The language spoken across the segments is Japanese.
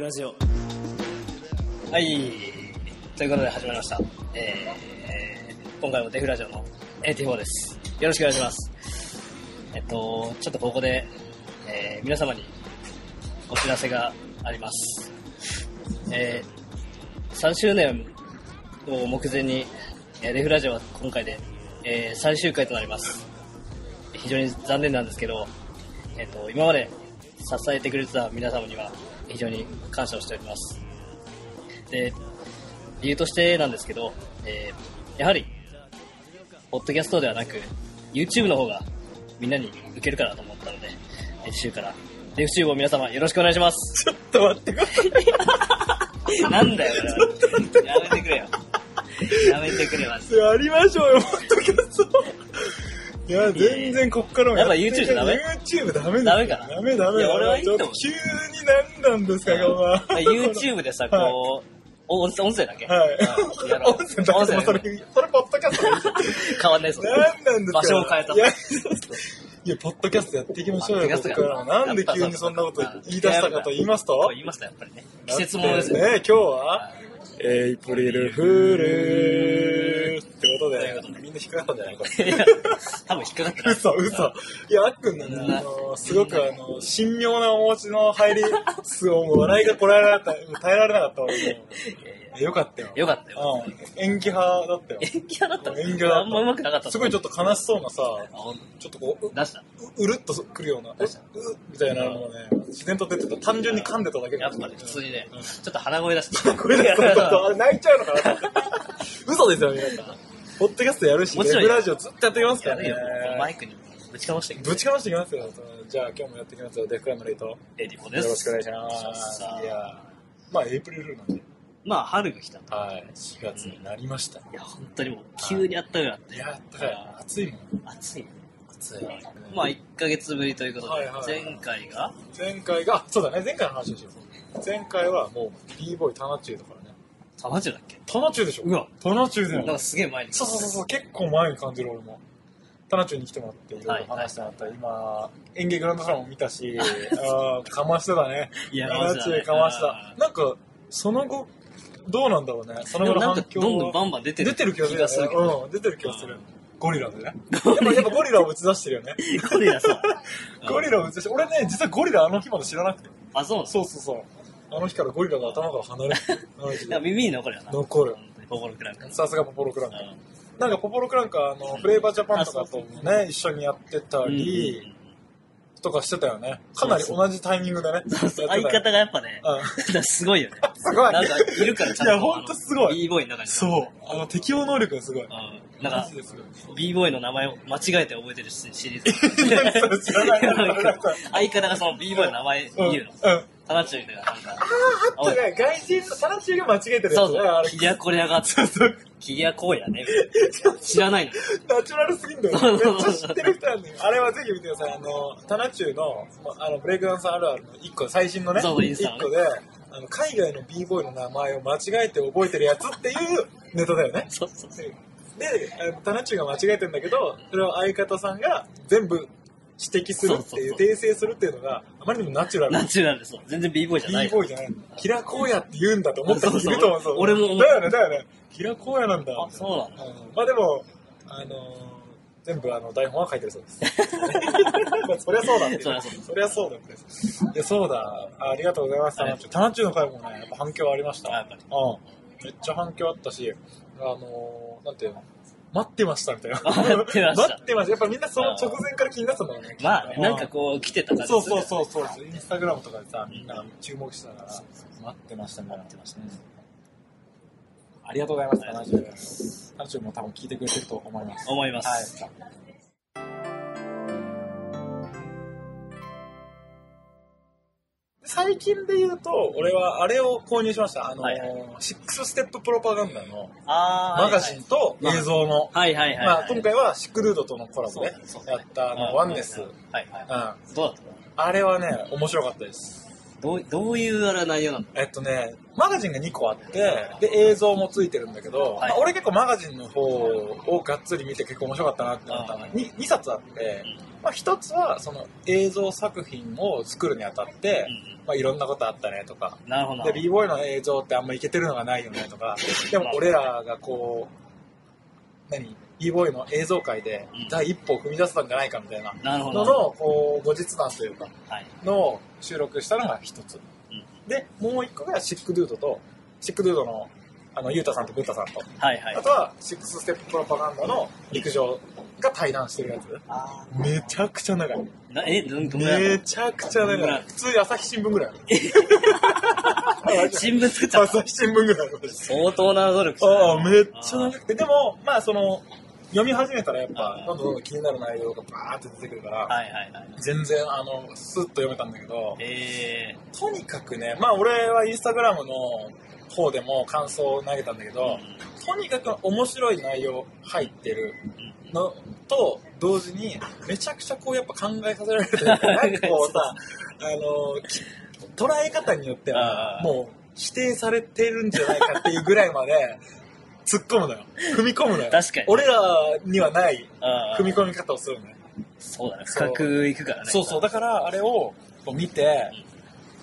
ラジオ。はい。ということで始まりました。えーえー今回もデフラジオの AT4 です。よろしくお願いします。えっと、ちょっとここで、えー皆様にお知らせがあります。えー3周年を目前に、えーデフラジオは今回で、えー最終回となります。非常に残念なんですけど、えっと今まで支えてくれてた皆様には非常に感謝をしておりますで理由としてなんですけど、えーやはりポッドキャストではなく YouTube の方がみんなに受けるかなと思ったので来週から DevTube を皆様よろしくお願いしますちょっと待って、 なんだよこれやめてくれよやめてくれますやりましょうよ、ポッドキャスト。いや、全然こっからもていけないやっ ?YouTube ダメですダメかなダメダメいや俺はいいとち思ょっうと急に何なんですか、今は。まあ YouTube でさこう、お音声音声だけ、うんやはろう い。音声だけでもそれ、それポッドキャストでしょ変わんないぞ何なんですか場所を変えたいや、いやポッドキャストやっていきましょうよ、ポッドキこっかャストらがも。なんで急にそんなこと言い出したかと言いますそとう、言いましたやっぱりね季節ものですよね今日は、エイプリルフールーってことというでことで、みんな引っかかったんじゃないこれ。いや 多分引っかかってない嘘嘘いやあっくんのねうんあのすごくあの神妙なお餅の入りすをもう笑いがこらえられた耐えられなかったわ俺よかったよよかったよ。うん演技派だったよ演技派だったの演技派だったあんま上手くなかった。すごいちょっと悲しそうなさあほんちょっとこうう出した。ううるっとくるようなううみたいなのがね自然と出てた単純に噛んでただけやだっぱね、普通にね、うんちょっと鼻声出した。これだけだとあれ泣いちゃうのかなと思って嘘ですよ皆さんポッドキャストやるしウもェちろんブラジオずっとやっていきますかやらるねよ。マイクにぶちかましてぶちかましていきますよじゃあ今日もやっていきますよデフクラムレイトエディコでよす。ろしくお願いします。さあいや、まあ、エイプリルフールなんで。まあ、春が来たんだ。はい。4月になりました。いや、本当にもう、急にあったかくなっいや、だから暑いもん。て、暑い。暑まあ、1ヶ月ぶりということはいではい、はい前回が、前回が、あそうだね、前回の話をしよう。前回はもう、b ボーイ、タナチューだからね。タマジだっけタナチューでしょうわ。タナチューだなんよか。すげえ前に。そうそうそうそう、結構前に感じる俺も。タナチューに来てもらって、いろいろ話してもらったり、今、演芸グランドスラムも見た し、あーかましてたね。いや、タマナジチだュねーかました。。なんか、その後、どうなんだろうね。そでの後ものなん反か、響どんどんはバンバン出てる。出てる気がする,、するけど。うん、出てる気がすうるん。ゴリラでね。やっぱやっぱゴリラを打ち出してるよね。ゴリラさ。 ゴリラを打ち出して、俺ね、実はゴリラあの日まで知らなくて。あ、そうなんだそうそうそう。あの日からゴリラが頭から離れる。 マジいやで耳に残るよな。残る。本当に心くらんかさすがポポロクランカら。うんなんかポポロクランカあの、フレーバージャパンとかともね、一緒にやってたり、とかしてたよね。かなり同じタイミングでね。やって相たよ方がやっぱね、うん。すごいよね。すごいなんか、いるからちゃんと。いやほんとすごい b ボーイの中に。そう。あの、適応能力がすごい。うん。なんマかジ、ですごい。 b ボーイの名前を間違えて覚えてるシリーズ。それ知らない なんか相方がその b ボーイの名前うん。う言うんの。。タナチューがなんか、あとね、外人の、タラチューが間違えてるやつそうだよ、そあう、れ。キリアコリアがあって、そうキリアコーヤ ね。知らないの。ナチュラルすぎんだよ。めっちゃ知ってる人なんだよ。あれはぜひ見てください。あの、タナチューの、まあの、ブレイクダンスあるあるの1個、最新のね、そうインスタの1ね個で、あの、海外の b ボーイの名前を間違えて覚えてるやつっていうネタだよね。そうそうそう。で、あのタナチューが間違えてんだけど、それを相方さんが全部指摘するそっていう、うそうそう訂正するっていうのが、あまりにもナチュラル。ナチュラルそう。全然 b ボーイじゃな b い。ボーイじゃない。キラコーヤって言うんだと思った人いると思う。そうそう俺も思うだよね、だよね。キラコーヤなんだ。あ、そうなんだ。うんまあでも、あのー全部あの台本は書いてるそ うです。まあそりゃそうだって。そりゃそうだそりゃそうだって。いや、そうだ。ありがとうございます。タありナがとチュー。タナチューの回もね、やっぱ反響ありました。あやっぱりうん。めっちゃ反響あったし、あのーなんていうの待ってましたみたいな。 待ってました 待ってました。やっぱみんなその直前から気になってたんだろうね。まあね、うなんかこう、来てた感じ。そうそうそうそう。インスタグラムとかでさ、みんなが注目してたから、待ってましたね。待ってましたね。ありがとうございます。ありがナとチュです。ナチュも多分聞いてくれてると思います。思います。はい。最近で言うと、俺はあれを購入しました。あのーはいシックスステッププロパガンダのあーマガジンと映像の、はいはいはいはい。まあ、今回はシックルードとのコラボでそうだやねったあのうんワンネス。はういはい。んどうだったのあれはね、面白かったです。どうどういうあれ内容なのえっとね、マガジンが2個あって、で、映像もついてるんだけど、はいまあ俺結構マガジンの方をがっつり見て結構面白かったなって思ったのがあ 2, 冊あって、まあ、1つはその映像作品を作るにあたって、うんまあ、いろんなことあったねとか、なるほどなで、b ボーイの映像ってあんまいけてるのがないよね とか、でも俺らがこう、何 b ボーイの映像界でうん第一歩を踏み出せたんじゃないかみたいななるほどのなるほの、こう、後日談というか、ど。はい。のを収録したのが一つ。うんで、もう一個がシックドゥードと、シックドゥードの、あの、ユータさんとブッタさんと、はいはいあ。とは、シックスステッププロパガンダの陸上が対談してるやつ。あめちゃくちゃ長い。ーなえ、どんどんぐらいめなちゃくちゃ長い。普通に朝日新聞ぐらいある。の新聞作っちゃった。朝日新聞ぐらいあ る。相当な努力したああ、めっちゃあ長ーくて。でも、まあ、その、読み始めたらやっあぱー、どんどんどんどん気になる内容がバーって出てくるから、はいはいはい。全然、あの、スッと読めたんだけど、えとにかくね、まあ、俺はインスタグラムの方でも感想を投げたんだけー。ど、とにかく面白い内容入ってるうんのと同時にめちゃくちゃこうやっぱ考えさせられるというか なんかこうさあのき捉え方によってあはーもう否定されてるんじゃないかっていうぐらいまで突っ込むのよ踏み込むのよ確かに俺らにはないあー踏み込み方をするのよそうだね。そう深くいくからね。そうそうだからあれをこう見て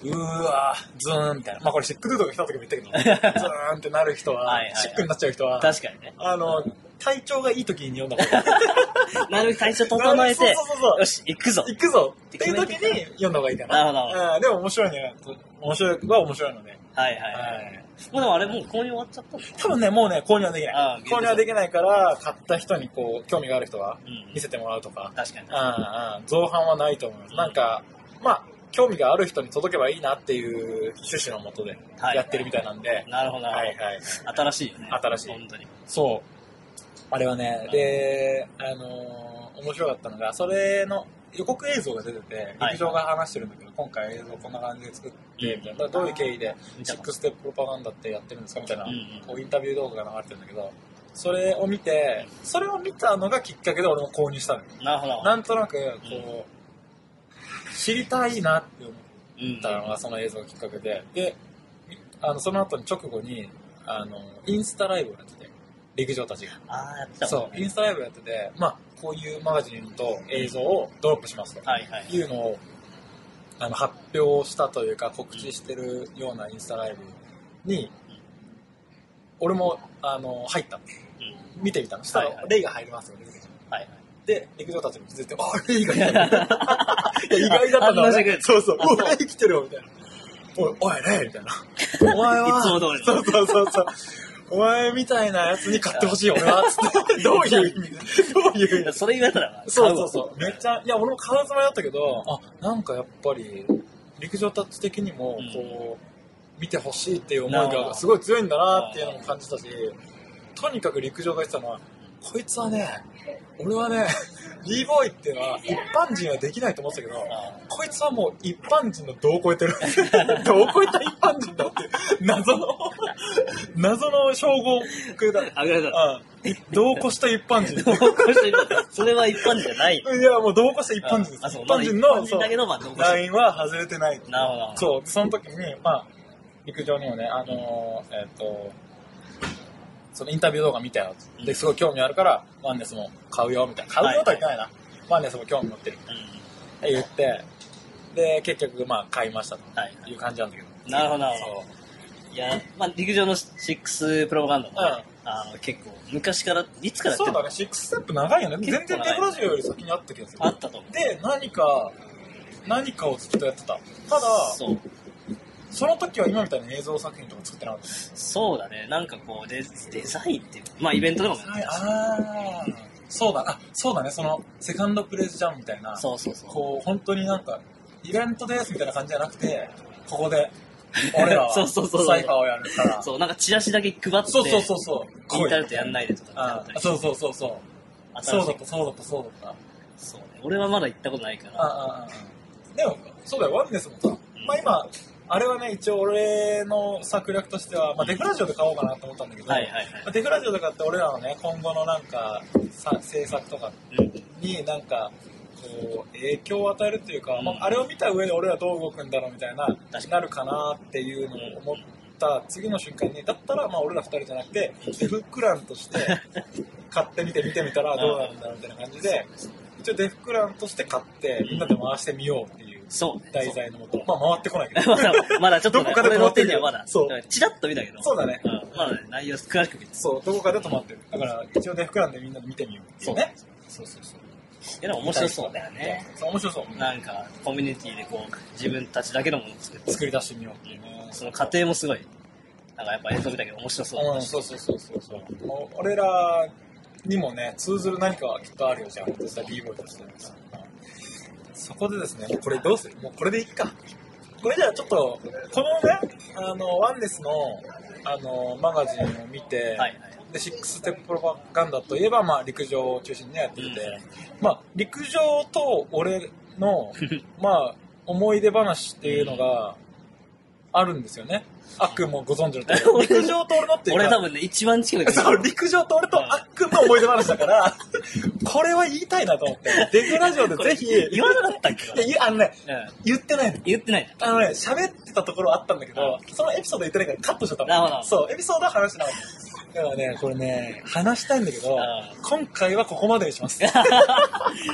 うーわーズーンみたいなまあこれシックドゥードが来た時も言った けどズーンってなる人ははいはいはいシックになっちゃう人は確か にね。あの体調がいい時に読んだ方がいいなるべく体調整えて、そうそうそうそうよし、行くぞ。行くぞっていう時に読んだ方がいいか な。なるほうんでも面白いね。面白いは面白いので。はいはいはい。はい。もうでもあれもう購入終わっちゃったの多分ね、もうね、購入はできああない。購入はできないから、買った人にこう、興味がある人はうん見せてもらうとか、確かに。うんうん造反はないと思います。なんか、まあ、興味がある人に届けばいいなっていう趣旨のもとではいやってるみたいなんで、なるほどなはるいほはい。ど。新しいよね。新しい本当に。そう。あれはね、で、あのー面白かったのが、それの予告映像が出てて、はい陸上が話してるんだけど、今回映像こんな感じで作って、みたいな、どういう経緯で、見シたッかクステッププロパガンダってやってるんですかみたいな、うんうんこうインタビュー動画が流れてるんだけど、それを見て、それを見たのがきっかけで俺も購入したの。なるほど。なんとなく、こう、知りたいなって思ってうんったのがその映像がきっかけで、で、あの、その後に直後に、あの、インスタライブをやってて、陸上たちが。ああ、やってたもんそねう、インスタライブやってて、まあ、こういうマガジンと映像をドロップしますとはいはい。いうのを、あの、発表したというか、告知してるようなインスタライブに、俺も、あの、入ったのうん見てみたの。したはいはら、いレイが入りますよ、ねはいはい。で、陸上たちに気づいて、あれ意外だった。いや意外だったんあ反応しだ、てくれねる。そうそう。あそうおい、生きてるよ、みたいな。おい、おい、ねみたいな。お前は、いつも通りそうそうそうそう。お前みたいなやつに買ってほしいよ、俺は。つって。どういう意味どういう意味それ言われたら、そうそう買わそう。めっちゃ、いや、俺も買うつもりだったけど、あ、なんかやっぱり、陸上たち的にもうん、こう、見てほしいっていう思ないるほどがすごい強いんだなっていうのも感じたし、とにかく陸上が言ってたのは、こいつはね、俺はね、b ボーイっていうのは一般人はできないと思ってたけど、あこいつはもう一般人の度を超えてる。 度を超えた一般人だっていう、謎の、謎の称号をくれた。あげら れた。うん。度を越した一般 人。同行してるんだそれは一般じゃない。いや、もう同行した一般人です。あそう一般人まあ一の、般人だけどまあ同行者ラインは外れてない。なるほど。そう、その時に、まあ、陸上にもね、あのーえっ、と、そのインタビュー動画見たよ。うんで、すごい興味あるから、マンネスも買うよ、みたいな。買うよとは言ってないな。マンネスも興味持ってる。うんって言って、で、結局、まあ、買いましたとはいいう感じなんだけど。なるほどなるほそど。いや、まあ、陸上のシックスプロパガンダもね、あの結構、昔から、いつかう。らやってそうるのだね、6ステップ長いよね。結構全然長いデブラジオより先にあった気がするあ。ったと思う。で、何か、何かをずっとやってた。ただ、そう。その時は今みたいな映像作品とか作ってなかった。そうだね。なんかこう、デデザインっていうか、まあイベントでもね。はい、ああ、そうだ、あ、そうだね、その、セカンドプレスじゃんみたいな、そうそうそう。こう、本当になんか、イベントですみたいな感じじゃなくて、ここで、俺ら は、そうそうそうそうサイファーをやるから、そう、なんかチラシだけ配って、そうそうそうそう、インターネットやんい。ないでとかあってあったりーそうそうそうそう。新そうしだいった、そうだった、そうだっそうね。俺はまだ行ったことないかた。ら。ああ、でも、そうだよ、ワンネスもさ、まあ今、あれはね、一応俺の策略としては、まあデフラジオで買おうかなと思ったんだけど、はいはいはい。まあデフラジオとかって俺らのね、今後のなんか、さ政策とかうん。になんか、こう、影響を与えるっていうか、うんまあ、あれを見た上で俺らどう動くんだろうみたいな、かになるかなっていうのを思った次の瞬間に、だったらまあ俺ら二人じゃなくて、デフクランとして買ってみて見てみたらどうなるんだろうみたいな感じで、一応デフクランとして買ってみんなで回してみようっていうそうね。題材のもと。まあ回ってこないけま ど。だ、まだちょっと、どこかで止まって俺の手るにはまだ、そうチラッと見たけど。そうだねんまだね、内容詳しく見て。そう、どこかで止まってる。だから、一応ね、膨らんでみんなで見てみようっていうね。そうそうそう。いや、でも面白そうだよね。そう、面白そう。なんか、コミュニティでこう、自分たちだけのものを作って、作り出してみようっていうね。その過程もすごい、なんかやっぱ映像見たけど面白そうだうっん、たしそうそうそうそうそう。もう俺らにもね、通ずる何かはきっとあるよ、じゃあ、実際 b ボーイとしてね。そこでですね、もうこれどうするもうこれでいいか。これじゃあちょっと、このね、あの、ワンネスの、あの、マガジンを見て、はいで、シックステッププロパガンダといえば、まあ、陸上を中心にねやってて、まあ、陸上と俺 の、まあ、思い出話っていうのが、あるんですよね。あっくんもご存知の通 り。陸上と俺のっていうか俺多分ね、一番近くで見た そう、陸上と俺とあっくんの思い出話だから、これは言いたいなと 思って、デグラジオでぜひ、言わなかったっけいや言うあのね、うん。言ってないの。言ってないあのね、喋ってたところはあったんだけど、そのエピソード言ってないからカットしちゃったのなるほどそう、エピソードは話してなかった。だからね、これね、話したいんだけどうん、今回はここまでにします。な。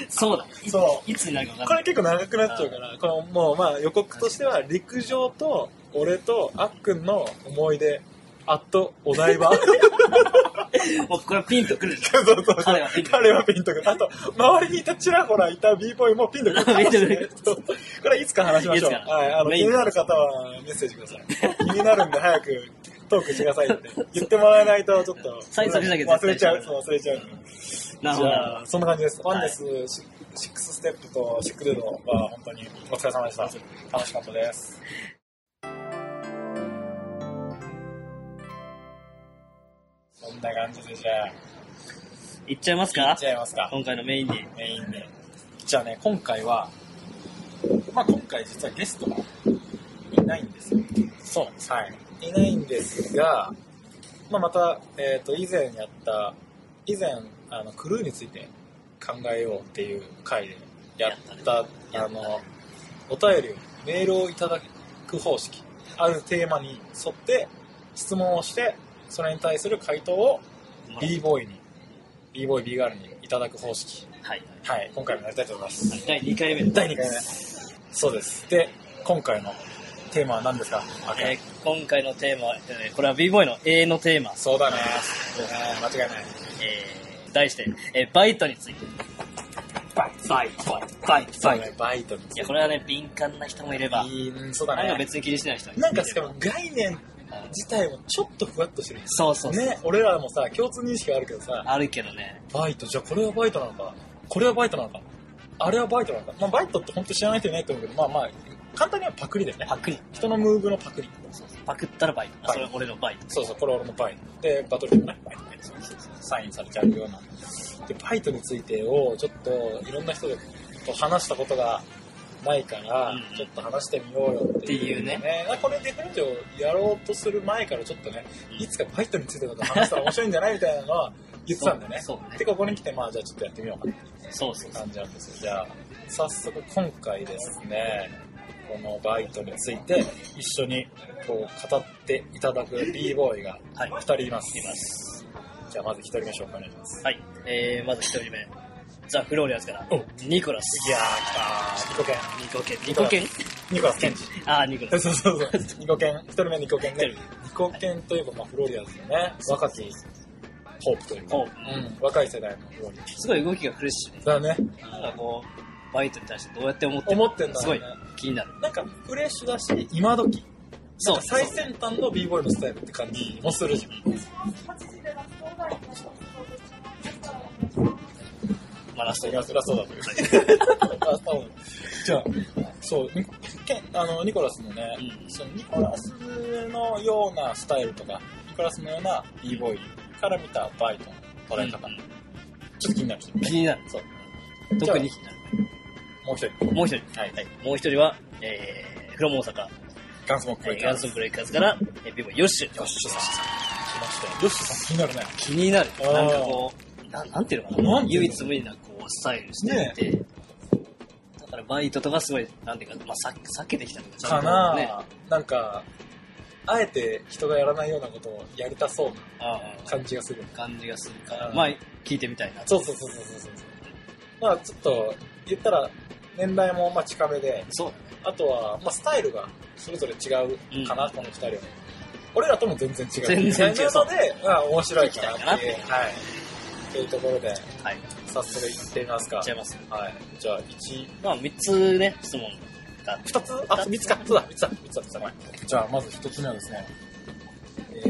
そうだ。いそういつになるか分こかんなれい。結構長くなっちゃうから、このもうまあ予告としては、陸上と俺とあっくんの思い出、あとお台場。もうこれピンとくるじゃん。そうそうそう。彼はピンと彼はピンとくる。あと、周りにいたちらほらいた B ボーイもピンと くるかもしれない。ピンそうこれいつか話しましょう。いつかはい。あの、メ気インになる方はメッセージください。気になるんで早くトークしてくださいって言ってもらえないとちょっと。サインされなきゃ絶対忘れちゃう。そう忘れちゃう。なるほじど。ゃあ、そんな感じです。はいワンデス、シシックスステップとシックルードは本当にお疲れ様でした。楽しかった です。そんな感じでじゃあ、いっちゃいますいかっちゃいますか。今回のメインに。メインで。じゃあね、今回は、まあ今回実はゲストがいないんですよ。そう。はい。いないんですが、まあまた、えっ、と、以前やった、以前、あの、クルーについて考えようっていう回でやった、やったねあの、お便りを、メールをいただく方式、あるテーマに沿って質問をして、それに対する回答を B ボーイに、B ボーイ B ガールにいただく方式はい。はい、今回もやりたいと思います。第2回目。第2回目。そうです。で、今回のテーマは何ですか、あえー今回のテーマは、えーこれは b ボーイの永遠のテーマ、そうだね。そうだね間違いない。えー題して、えーバイトについて。バイバイト、バイト、そバうイだト。いね、バイトについて。や、これはね、敏感な人もいれば、いいうんそうだなんかね。別に気にしてない人もいるなんかしかも概念自体もちょっとふわっとしてる。そうそうそうね、俺らもさ、共通認識はあるけどさ、あるけどね。バイト、じゃあこれはバイトなのか、これはバイトなのか、あれはバイトなのか。まあバイトって本当知らない人いないと思うけど、まあまあ、簡単にはパクリだよね。パクリ。人のムーブのパクリ。パクったらバイト。あはいそれは俺のバイト。そうそう、これ俺のバイト。で、バトルでもね、バイトねそうそうそうサインされちゃうような。で、バイトについてを、ちょっと、いろんな人と話したことがないから、うんちょっと話してみようよっていうっね。これ、デフレンジをやろうとする前から、ちょっとね、いつかバイトについてとか話したら面白いんじゃないみたいなのは言ってたんだよね。そうそうねで、ここに来て、まあ、じゃあちょっとやってみようかなっていうそうそうそう。感じなんですよ。じゃあ、早速今回ですね、このバイトについて一緒にこう語っていただく b ボーイがはい2人います。います。じゃあまず1人目紹介お願いします。はい。えー、まず1人目。ザ・フローリアンスからお。ニコラス。いやー、来たー。ニコケン。ニコケン。ニコケンニコラスケンジ。 あー、ニコそラうス。そう そう。ニコケン。1人目ニコケン一人ね。ニコケンといえば、まあ、フロリアーズのね、若きホープというか、こうん、若い世代のフロリアーう、すごい動きがフレッシュでズ。だね。なんかこう、バイトに対してどうやって思って思ってんだろうねすごい気になる。なんかフレッシュだし、今時。そうなんか最先端の b ボーイのスタイルって感じもするじゃん。まあ、ラスそトうラストだという。 ラストじゃあ、そう、ニコケンあのニコラスのね、うんそのニコラスのようなスタイルとか、ニコラスのような b ボーイから見たバイトの捉え方、うんちょっと気になる人、気になる。そう。特に気になる。もう一もう一人。人。はい。はい。もう一人は、えー、フロモ大阪、ガンスモックえーブレイカガーンズソンブレイカーズから、えー、ビボヨッシュ。よし、さん。来ましたよ。ヨッシュさん。気になるね。気になる。あーなんかこう、ななんていうのかななんていうの唯一無二なこう、スタイルしていて、だからバイトとかすごい、なんていうか、まあ、さ避けてきたのかちゃかんとなぁ、ね。なんか、あえて人がやらないようなことをやりたそうなああ感じがする。感じがするから、うんまあ、聞いてみたいな。そうそうそうそうそうそう。まあちょっと、言ったら、年代もまあ近めで、そうだね。あとは、まあ、スタイルがそれぞれ違うかな、この二人は。俺らとも全然違う。全然違うなので、まあ、面白いかなっていう。聞はい。というところで、はい。い早速行ってみますか。っちゃいます。はい。じゃあ、1、まあ、3つね、質問があって。 2つあ、3つか。そうだ、3つだ、3つだ、3つだ。じゃあ、まず1つ目はですね、えー、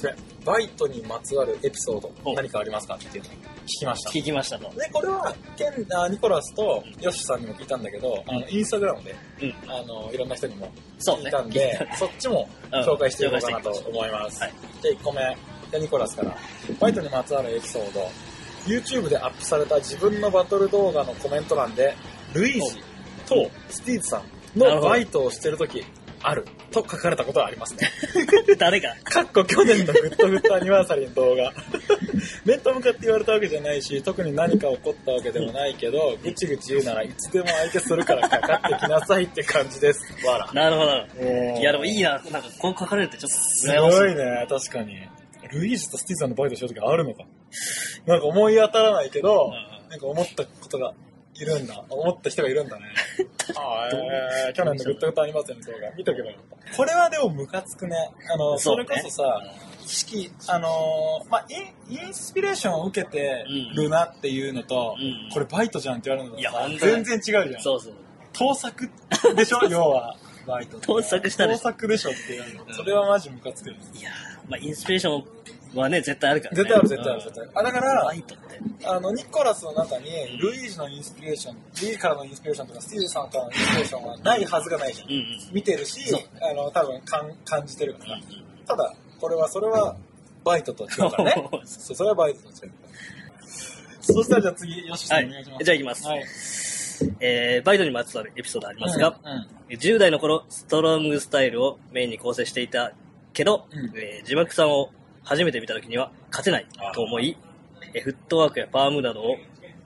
これ、バイトにまつわるエピソード、お何かありますかっていうのを聞きました。聞きましたと。で、これは、ケンあニコラスとヨシさんにも聞いたんだけど、あのインスタグラムで、うん。あの、いろんな人にもそう聞ね。いたんで、そっちも紹介していこうかなと思います。はいで、1個目、じゃあニコラスから。バイトにまつわるエピソード。YouTube でアップされた自分のバトル動画のコメント欄で、ルイージとスティーズさんなるのほどバイトをしてるとき、あると書かれたことはありますね。 誰がかっこ去年のグッドグッドアニバーサリーの動画。 面と向かって言われたわけじゃないし、特に何か起こったわけでもないけど、ぐちぐち言うならいつでも相手するからかかってきなさいって感じです。わら。なるほど。いいや、でもいいな。なんか、こう書かれるってちょっすと羨ましい。ごいね、確かに。ルイージとスティーさんのバイトした時あるのか。なんか思い当たらないけど、うんうんなんか思ったことがいるんだ。思った人がいるんだね。 あどうーえー去年のグッドグッドアニバーサリーの動画見とけばよかった。これはでもムカつくね。あの、そそうねれこそさ、式、あのーまあイン、インスピレーションを受けてるなっていうのと、うんこれバイトじゃんって言われるのといやさ本当だ全然違うじゃん。そうそう。盗作で しょ要は。バイトって盗作したでしょ盗作でしょっていうのうんそれはマジムカつくよね。いやーまあ、インスピレーションはね、絶対あるからね。絶対ある、絶対ある、うん絶対ある。あ、だからバ、イトって。あの、ニコラスの中に、ルイージのインスピレーション、ルイからのインスピレーションとか、スティーブさんからのインスピレーションはないはずがないじゃんうん。うん。見てるし、あの、多分かん感じてるから。う。ただ、これは、それは、バイトと違うからねそう そう、それはバイトと違うから。そしたらじゃあ次、ヨシさはんいお願いしま。す。じゃあ行きます。はい。えー、バイトにまつわるエピソードありますが、うんうん10代の頃、ストロングスタイルをメインに構成していたけど、うんえー字幕さんを初めて見た時には勝てないと思い、えーフットワークやパームなどを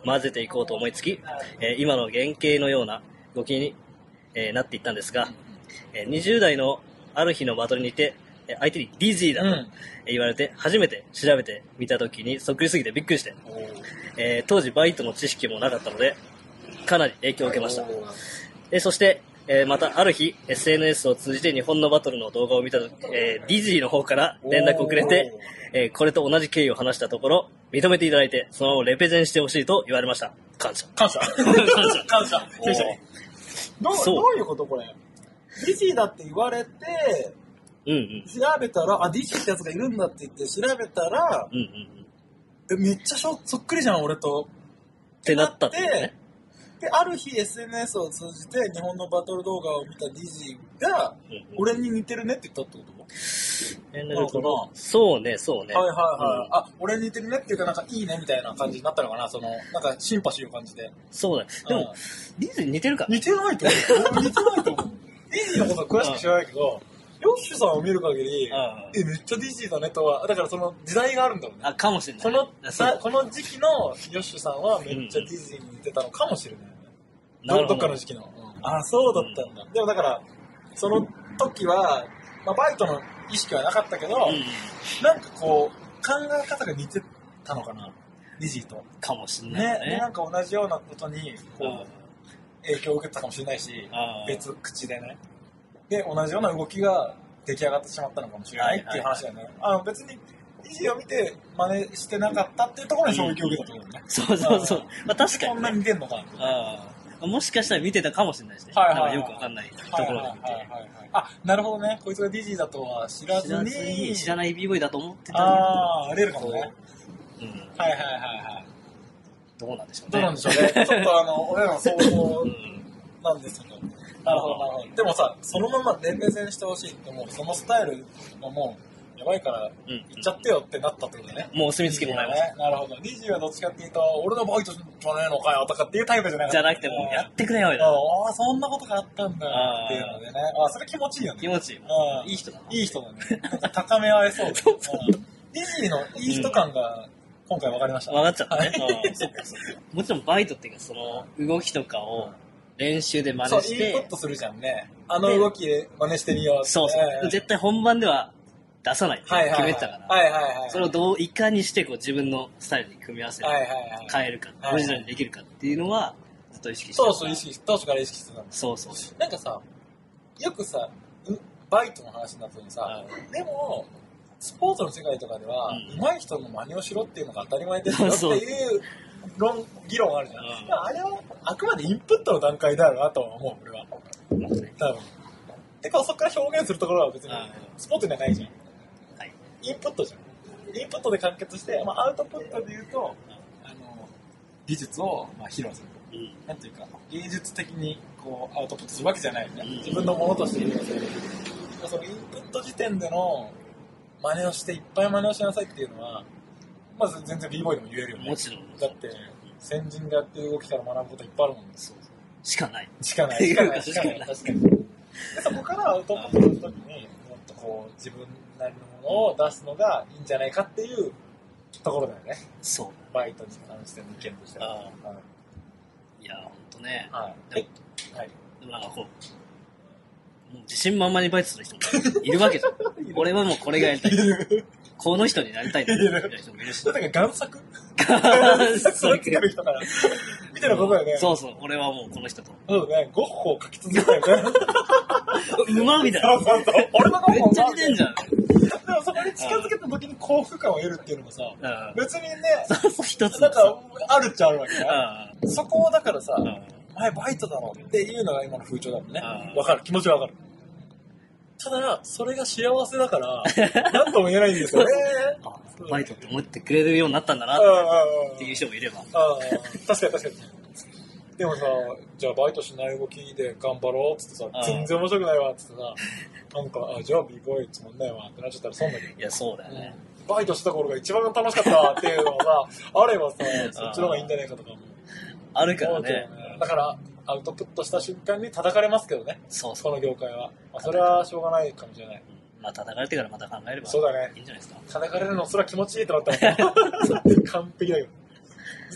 混ぜていこうと思いつき、えー今の原型のような動きに、えーなっていったんですが、えー20代のある日のバトルにて、えー相手にビジーだうんとえー言われて、初めて調べてみた時にそっくりすぎてびっくりして、えー当時バイトの知識もなかったので、かなり影響を受けました。えーそして、えーまたある日、SNS を通じて日本のバトルの動画を見たとき、えー、ディジーの方から連絡をくれて、えーこれと同じ経緯を話したところ、認めていただいて、そのままレペゼンしてほしいと言われました。感謝。 感謝。 感謝感謝。おーどう、そうどういうことこれ。ディジーだって言われて、うんうん。調べたら、あ、ディジーってやつがいるんだって言って調べたら、うんうんうん。えめっちゃしょそっくりじゃん、俺と。ってなったってことね。で、ある日 SNS を通じて日本のバトル動画を見たディジーが、うんうん俺に似てるねって言ったってこと、連絡なるほどそうね、そうね。はいはいはうい。あ、俺に似てるねっていうか、なんかいいねみたいな感じになったのかな、その、なんかシンパシーを感じて。そうだ。でも、ディズニー似てるか似てないと思う。 俺似てないと思う。ディジーのことは詳しく知らないけど、ヨッシュさんを見る限り、あえ、めっちゃディジーだねとは、だからその時代があるんだろうね。あ、かもしれない。その、そさうこの時期のヨッシュさんはめっちゃディジーに似てたのかもしれないね。なるほどどっかどの。時期の。あ、そうだったんだ。でもだから、その時は、まあ、バイトの意識はなかったけど、うんうんなんかこう、考え方が似てたのかな、ディジーと。かもしれねないでね。なんか同じようなことに、こうんう、影響を受けたかもしれないし、あー別口でね。で、同じような動きが出来上がってしまったのかもしれないっていう話だよね。あの別に、ディジーを見て真似してなかったっていうところに衝撃を受けたってことだよね。そうそうそう。まあ確かこんにねな。に似てんのかなって。ああもしかしたら見てたかもしれないですね。はいはいはいなんかよくわかんないとこはいはいろはでいはいはい。あ、なるほどね。こいつがディジーだとは知ら見て。知ずらに。ずに、知らない BV だと思ってたら、ああ、ありえるかもね。うん、はいはいはいはい。どうなんでしょうね。どうなんでしょうね。ちょっとあの、俺らの想像うんなんですけど。なるほどなるほど。でもさ、そのまま連盟戦してほしいって、もうそのスタイルがもう、やばいから、うん行っちゃってよってなったってことだね。もうお墨付きもらいました。ね。なるほど。ディジーはどっちかっていうと、俺のバイトじゃねえのかよとかっていうタイプじゃなかった。じゃなくても、やってくれよ、みたいなああ、そんなことがあったんだっていうのでね。ああ、それ気持ちいいよ ね気。持ちいい。うんいい人だ。いい人だね。なんか高め合えそう。そうそううんディジーのいい人感が今回分かりました。分かっちゃったね。はいうんそっかそっかもちろんバイトっていうか、その、動きとかを練習で真そう、似イしンプてッ、トするじゃんね。あの動きで真似してみようってそうそう。はい絶対本番では出さないってはいはい。決めてたから、はいはいはい。それをどう、いかにしてこう自分のスタイルに組み合わせるはいはいはい。変えるかは、いオリジナルにできるかっていうのは、ずっと意識してそたうそう、意識し当初から意識してたんです。そうそうそなんかさ、よくさ、うバイトの話になった時にうさ、でも、スポーツの世界とかでは、うん上手い人の真似をしろっていうのが当たり前ですよって そういう論議論あるじゃん。うんだからあれはあくまでインプットの段階だろうなとは思う、俺は。うんまあね多分。てか、そこから表現するところは別にうんはスポーツじゃないじゃいん。インプットじゃん。インプットで完結して、まあ、アウトプットで言うと、あの技術をまあ披露する。うんなんていうか、芸術的にこうアウトプットするわけじゃないよねうん。自分のものとして披露する。そのインプット時点での真似をして、いっぱい真似をしなさいっていうのは、まず全然 b ボーイでも言えるよねも。ちろんだって、先人がやってる動きから学ぶこといっぱいあるもんね。そうしかないしかない、しかない、しかない、確かに。でそこからアウトプットするときに、もっとこう、自分なりのものを出すのがいいんじゃないかっていうところだよね。そバイトに関しての意見としては。うんういやほんとねはい。ではいも。でもなんかこうもう自信満々にバイトする人もいるわけじゃん俺はもうこれがやりたいこの人になりたいなみたいな人もい るしだって贋作そそうれつける人から。みたいなことだよね。そうそう俺はもうこの人とそうだね。ゴッホを描き続けたよね。うまみたいそうなそうそう。俺のゴめッホっちゃを似てんじゃんでもそこに近づけた時に幸福感を得るっていうのもさ、うん別にね、そうそう一つなんのさか、あるっちゃあるわけね。うそこをだからさ、んうん前バイトだろっていうのが今の風潮だもんねあ。ーわかる。気持ちはわかる。ただ、それが幸せだから、なんとも言えない んですよね。あバイトって思ってくれるようになったんだうなんうんうんっていう人もいればああ、確かに確かに。でもさ、じゃあバイトしない動きで頑張ろうっつってさあ、あ全然面白くないわっつってさ、なんか、あじゃあ b ボーイつもんないわってなっちゃったら損だけど。いやそうだよねバイトした頃が一番楽しかったわっていうの がさ、あればさ、そっちの方がいいんじゃないかとかもあるか思らうけどねね。だから、アウトプットした瞬間に叩かれますけどね、そうそこの業界は。まあ、それはしょうがないかもしれない。うまあ叩かれてからまた考えればそうだね。いいんじゃないですか叩かれるのそれは気持ちいいってなったら 完璧だけど。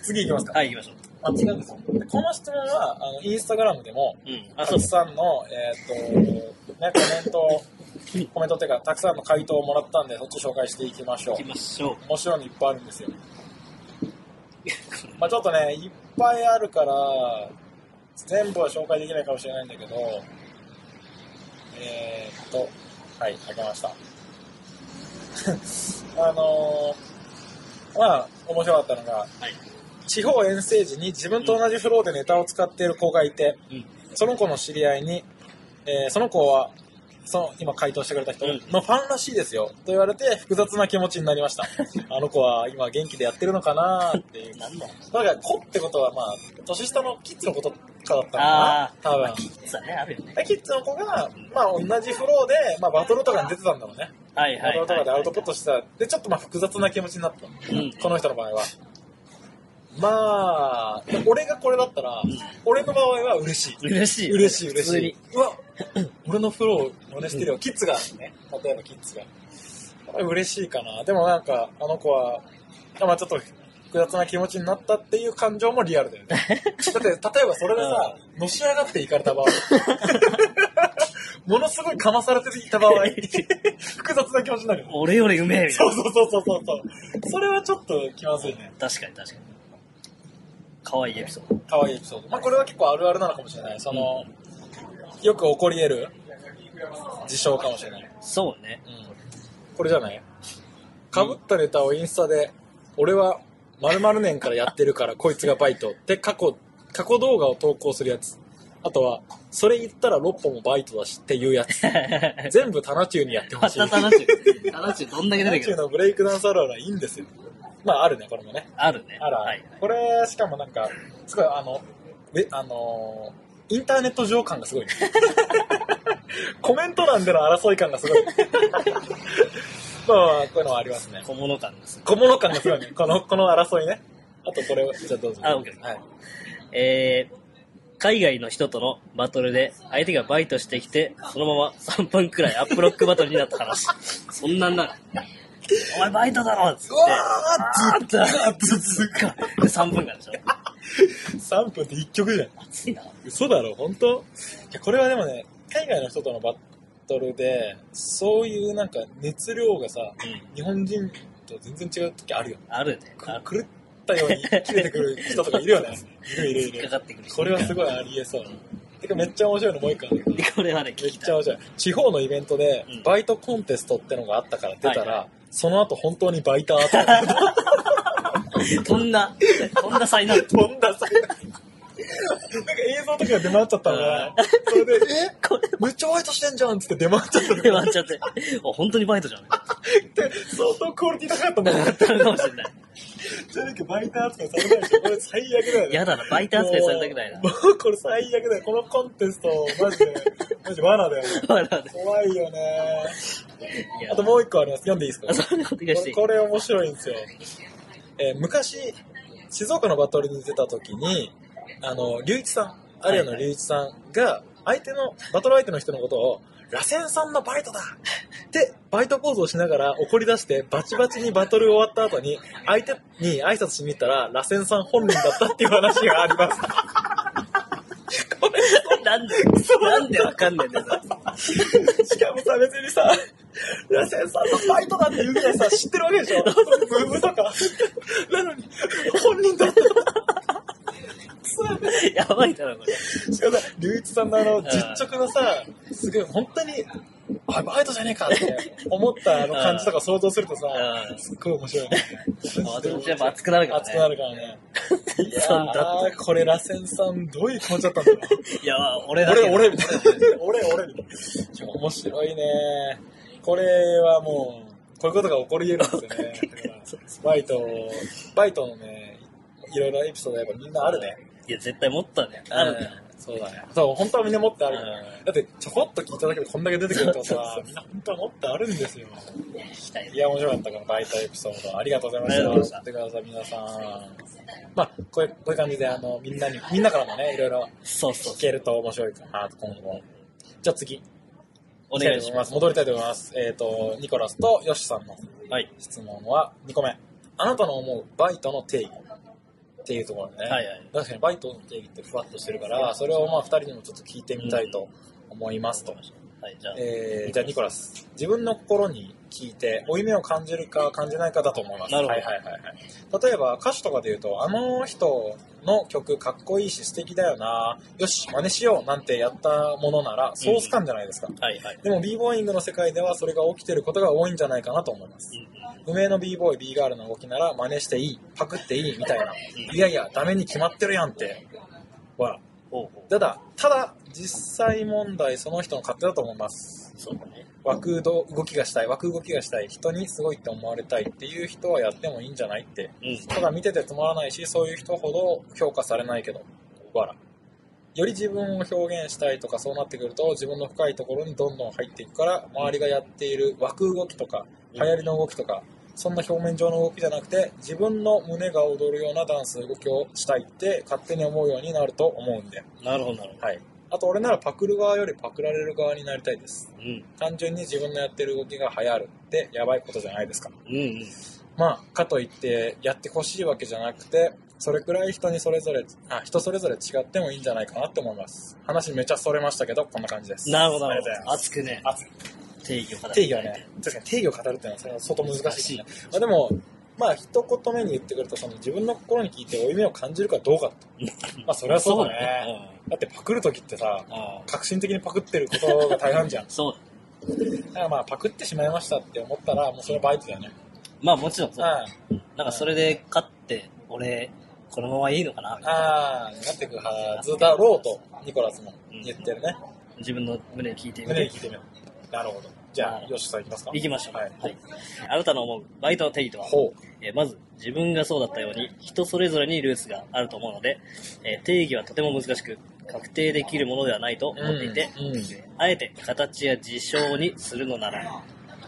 次行きますか。はい行きましょうあ違うんですよ。でこの質問は、あのインスタグラムでも、うんあたそうくさんの、えーっと、ね、コメントを、コメントっていうか、たくさんの回答をもらったんで、そっち紹介していきましょ行き ましょうう。面白いのいっぱいあるんですよ。これまあちょっとね、いっぱいあるから、全部は紹介できないかもしれないんだけど、えーっと、はい、開けました。 あのーまあ面白かったのが、はい地方遠征時に自分と同じフローでネタを使っている子がいて、うんその子の知り合いに、えーその子は、その今回答してくれた人うんのファンらしいですよ、と言われて複雑な気持ちになりました。 あの子は今元気でやってるのかなっていう。何のだから子ってことはまあ、年下のキッズのことかだったのあかーな多分。キッズはねあるよねキッズの子が、まあ同じフローで、まあバトルとかに出てたんだろうね。はいバはいトルとかでアウトプットししてた。で、ちょっとまあ複雑な気持ちになった。うんこの人の場合は。まあ、俺がこれだったら、俺の場合は嬉しい。嬉しい嬉しい、普嬉し通にい。うわ、俺のフロー真似してるよ。キッズがね。例えばキッズが。これ嬉しいかな。でもなんか、あの子は、まあちょっと複雑な気持ちになったっていう感情もリアルだよ ね。だって、例えばそれでさ、のし上がっていかれた場合。ものすごいかまされていた場合、複雑な気持ちになるよね。俺よりうめえみたそいうそうそうそうそうそう。それはちょっと気まずいね。な確かに確かに可愛いエピソード可愛いエピソード。まあ、これは結構あるあるなのかもしれない。その、よく起こり得る事象かもしれない。そうねうん。これじゃないかぶったネタをインスタで、俺は〇〇年からやってるから、 こいつがバイトって過去、過去動画を投稿するやつ。あとは、それ言ったら6本もバイトだしっていうや つ。全部タナチューにやってほましい。た楽しい 楽しいどんだけ出てタナくチュるーのブレイクダンスあるあるはいいんですよ。まあ、あるね、これもね。あるねあら、はいこれ、しかもなんか、すごい、あの、え、あのーインターネット上感がすごいね。 コメント欄での争い感がすごいね。 まあまあ、こういうのはありますね。小物感です小物感がすごいね。この、この争いね。あとこれ、じゃあどうぞ。あ OK はい。えー海外の人とのバトルで相手がバイトしてきてそのまま3分くらいアップロックバトルになった話 そんなんなお前バイトだろっつってうわあーっと続くかで3分間でしょー !3 分って1曲じゃん。熱いな嘘だろ、本当いや、これはでもね、海外の人とのバトルで、そういうなんか熱量がさ、うん日本人と全然違う時あるよ。あるねくあ狂っったように切れてくる人とかいるよね。いるいるい引っるか。かってくる人これはすごいありえそう。てかめっちゃ面白いのもう一個あるんだけど。これはね、め聞っきたちい。ゃ面白い。地方のイベントでうん、バイトコンテストってのがあったから出たら、はいはいその後本当にバイターとか、飛んだ、飛んだ才能。飛んださ、なんか映像とかが出回っちゃったのうがん、それで、えこれめっちゃバイトしてんじゃんっつって出回っちゃったので割っちゃって。お、本当にバイトじゃん。って、相当クオリティ高かったんだだなっ。たのかもしれない。じゃなきゃバイター扱いされないでしょ。これ最悪だよね。やだな、バイト扱いされたくないな。もうこれ最悪だよ。このコンテスト、マジで、マジ罠だよね。笑うね怖いよね。いやあともう一個あります。読んでいいですかあ、そんなこと言い出こしていれい。これ面白いんですよ、えー昔静岡のバトルに出た時にあの龍一さんアリアの龍一さんが相手のバトル相手の人のことを「螺旋さんのバイトだ!」ってバイトポーズをしながら怒り出してバチバチにバトル終わった後に相手に挨拶しに行ったら螺旋さん本人だったっていう話がありますこれなんで、なんでわかんないんだよ。しかもさ、別にさ、ラセンさんのバイトだって言うぐらいさ、知ってるわけでしょムーブとか。なのに、本人だった。やばいだろ、これ。しかもさ、龍一さんのあの、ん実直のさ、すごい、本当に、あ、バイトじゃねえかって思ったあの感じとか想像するとさ、うんすっごい面白いね。私やっぱ熱くなるからね。熱くなるからね。いやそうだー、これ螺旋さんどういう気持ちだったんだろう。いや、俺だけ俺、ど。俺、みたいな。俺、俺、みたいな。面白いね。これはもう、こういうことが起こり得るんですよね。 バイト、バイトのね、いろいろエピソードやっぱみんなあるね。いや、絶対持ったね。あるね。うんそうだね。そう、本当はみんな持ってあるよね。うだって、ちょこっと聞いただけでこんだけ出てくるとさ、みんな本当は持ってあるんですよ。聞きたいいや、面白かった、このバイトエピソード。ありがとうございまありがとうごしざた。いやってください、皆さん。まあ、こういう、こういう感じで、あの、みんなに、みんなからもね、いろいろそうそう聞。けると面白いかな、今後。じゃあ次。お願いしまます。戻りたいと思います。えっ、と、ニコラスとヨシさんのす。はい。質問は2個目。あなたの思うバイトの定義っていうところね。はいはい確かにバイトの定義ってふわっとしてるから、それをまあ2人にもちょっと聞いてみたいと思いますと。はい、じゃあ。えーじゃあニコラス。自分の心に聞いて、負い目を感じるか感じないかだと思います。なるほどはいはいはいはい。例えば歌手とかで言うと、あの人の曲かっこいいし素敵だよな、よし、真似しようなんてやったものなら、ソース感じゃないですか。はいはい。でも b ボーイングの世界ではそれが起きてることが多いんじゃないかなと思います。無名の b ボーイ b ガールの動きなら真似していい、パクっていいみたいな。いやいや、ダメに決まってるやんって。ほら。おうおうただ、ただ、実際問題その人の勝手だと思います。そうだね。枠ど動きがしたい、枠動きがしたい、人にすごいって思われたいっていう人はやってもいいんじゃないって。うん。ただ見ててつまらないし、そういう人ほど評価されないけど、わら。より自分を表現したいとかそうなってくると、自分の深いところにどんどん入っていくから、周りがやっている枠動きとか、うん流行りの動きとか、そんな表面上の動きじゃなくて、自分の胸が踊るようなダンス、動きをしたいって勝手に思うようになると思うんで。なるほど、なるほど。はい。あと俺ならパクる側よりパクられる側になりたいです。うん。単純に自分のやってる動きが流行るってやばいことじゃないですか。うんうん。まあ、かといってやってほしいわけじゃなくて、それくらい人にそれぞれ、あ、人それぞれ違ってもいいんじゃないかなって思います。話めちゃそれましたけど、こんな感じです。なるほど、なありるがとうございほど。ます。熱くね。熱い定義を語る定義はね、確かに定義を語るっていうのはそれは相当難しいですね。まあでも、まあ一言目に言ってくると、その自分の心に聞いて負い目を感じるかどうかと。まあそれはそうだね。ね。だってパクるときってさ、うん。ああ。革新的にパクってることが大半じゃん。そうだ。だからまあパクってしまいましたって思ったら、もうそれはバイトだよね。。まあもちろんそううんだ。あなんかそれで勝って、俺、このままいいのかなみたいなあ、なってくはずだろうと、ニコラスも言ってるね。自分の胸に聞いてみ胸にて。聞いてみよう。なるほど。じゃあ、よしさんいきますか。いきましょう。はい。はい。あなたの思うバイトの定義とはほう。えーまず自分がそうだったように人それぞれにルーツがあると思うので、えー定義はとても難しく確定できるものではないと思っていて、うんうんあえて形や事象にするのなら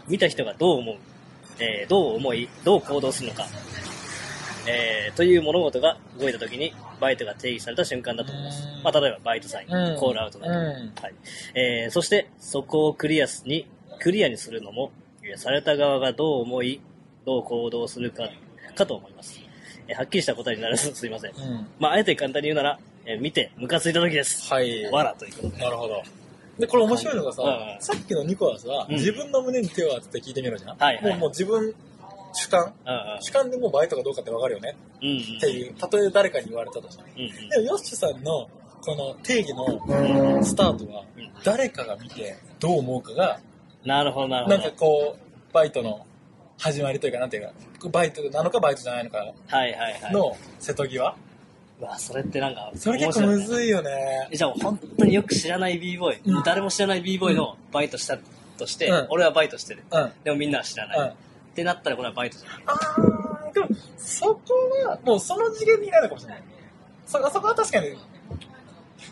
見た人がどう思う、えーどう思いどう行動するのか、えーという物事が動いた時にバイトが定義された瞬間だと思いますうん、まあ、例えばバイトサイン、うんコールアウトなど、うんはいえーそしてそこをクリアすにクリアにするのもえーされた側がどう思いどう行動するかかと思います、えーはっきりした答えにならず すいません、うん。まあ、あえて簡単に言うなら、えー見てムカついた時です、はい。わらということでなるほど。で、これ面白いのがさうん、さっきのニコラスは、うん自分の胸に手を当てて聞いてみろじゃん。はいはいもうもう自分主観。うん主観でもうバイトかどうかってわかるよねうん。うんっていう、たとえ誰かに言われたとしても。うん。でも、ヨッシュさんの、この定義のスタートはうん、誰かが見てどう思うかが、なるほど、なるほなど。んかこう、バイトの始まりというか、なんていうか、バイトなのかバイトじゃないのかはいはいはい。の瀬戸際。うわ、それってなんか、それ結構むいね。ずいよね。えじゃあ、本当によく知らない b ボーイ、うん誰も知らない b ボーイのバイトしたとして、うん俺はバイトしてる。うん。うん。でもみんなは知らない。あってなったらこれはバイトじゃない。ー、でも、そこは、もうその次元にいないのかもしれない。そ、そこは確かに、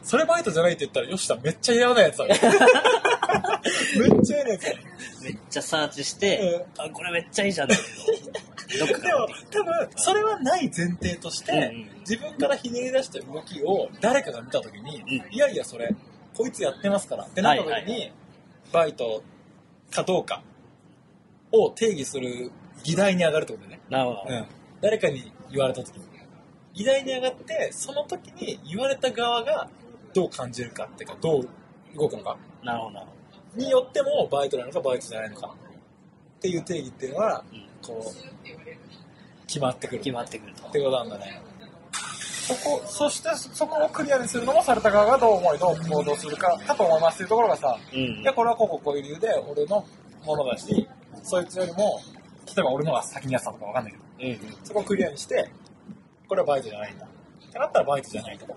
それバイトじゃないって言ったら、よしさんめっちゃ嫌なやつだ。めっちゃ嫌なやつだ。めっちゃサーチして、あ、これめっちゃいいじゃんだけど、どっかかでらも、多分、それはない前提として、うんうん自分からひねり出した動きを誰かが見たときに、うんいやいや、それ、こいつやってますからってなったときに、はいはいはバイトかどうかを定義する議題に上がるってことだね。なるほど。うん。誰かに言われたときに。議題に上がって、その時に言われた側がどう感じるかっていうか、どう動くのかなるほど、なるほによっても、バイトなのかバイトじゃないのかっていう定義っていうのは、ど。うん。こう、決まってくる。決まってくるとっ。てことなんだね。そこ、そしてそこをクリアにするのもされた側がどう思い、どう行動するか、かと思いますっていうところがさ、うんうんいや、これはこうこうこういう理由で俺のものだし、そいつよりも、例えば俺のが先にやってたとかわかんないけど、うんうん。そこをクリアにして、これはバイトじゃないんだ。ってなったらバイトじゃないとか。